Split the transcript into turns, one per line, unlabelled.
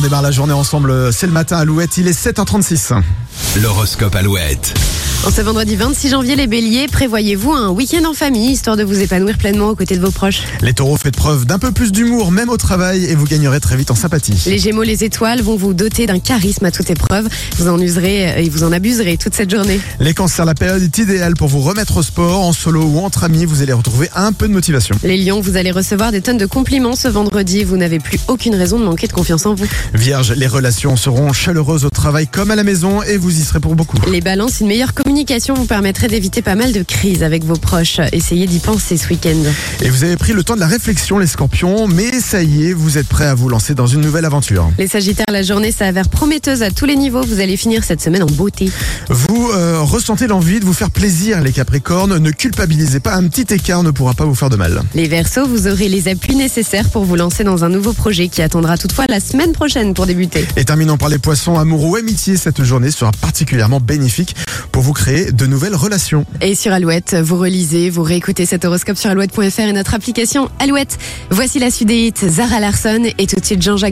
démarre la journée ensemble. euh, C'est le matin Alouette, il est 7h36.
L'horoscope Alouette.
En ce vendredi 26 janvier, les béliers, prévoyez-vous un week-end en famille, histoire de vous épanouir pleinement aux côtés de vos proches.
Les taureaux, faites preuve d'un peu plus d'humour, même au travail, et vous gagnerez très vite en sympathie.
Les gémeaux, les étoiles vont vous doter d'un charisme à toute épreuve. Vous en userez euh, et vous en abuserez toute cette journée.
Les cancers, la période est idéale pour vous remettre au sport, en solo ou entre amis. Vous allez retrouver un peu de motivation.
Les lions, vous allez recevoir des tonnes de compliments ce vendredi. Vous n'avez plus aucune raison de manquer de confiance en vous.
Vierge, les relations seront chaleureuses au travail comme à la maison, et vous y serez pour beaucoup.
Les balances, une meilleure communication vous permettrait d'éviter pas mal de crises avec vos proches. Essayez d'y penser ce week-end.
Et vous avez pris le temps de la réflexion, les scorpions, mais ça y est, vous êtes prêts à vous lancer dans une nouvelle aventure.
Les sagittaires, la journée s'avère prometteuse à tous les niveaux. Vous allez finir cette semaine en beauté.
Vous euh, ressentez l'envie de vous faire plaisir, les Capricornes. Ne culpabilisez pas, un petit écart ne pourra pas vous faire de mal.
Les Verseaux, vous aurez les appuis nécessaires pour vous lancer dans un nouveau projet qui attendra toutefois la semaine prochaine pour débuter.
Et terminons par les poissons, amour ou amitié, cette journée sera particulièrement bénéfique pour vous créer de nouvelles relations.
Et sur Alouette, vous relisez, vous réécoutez cet horoscope sur alouette.fr et notre application Alouette. Voici la suite des hits, Zara Larson et tout de suite Jean-Jacques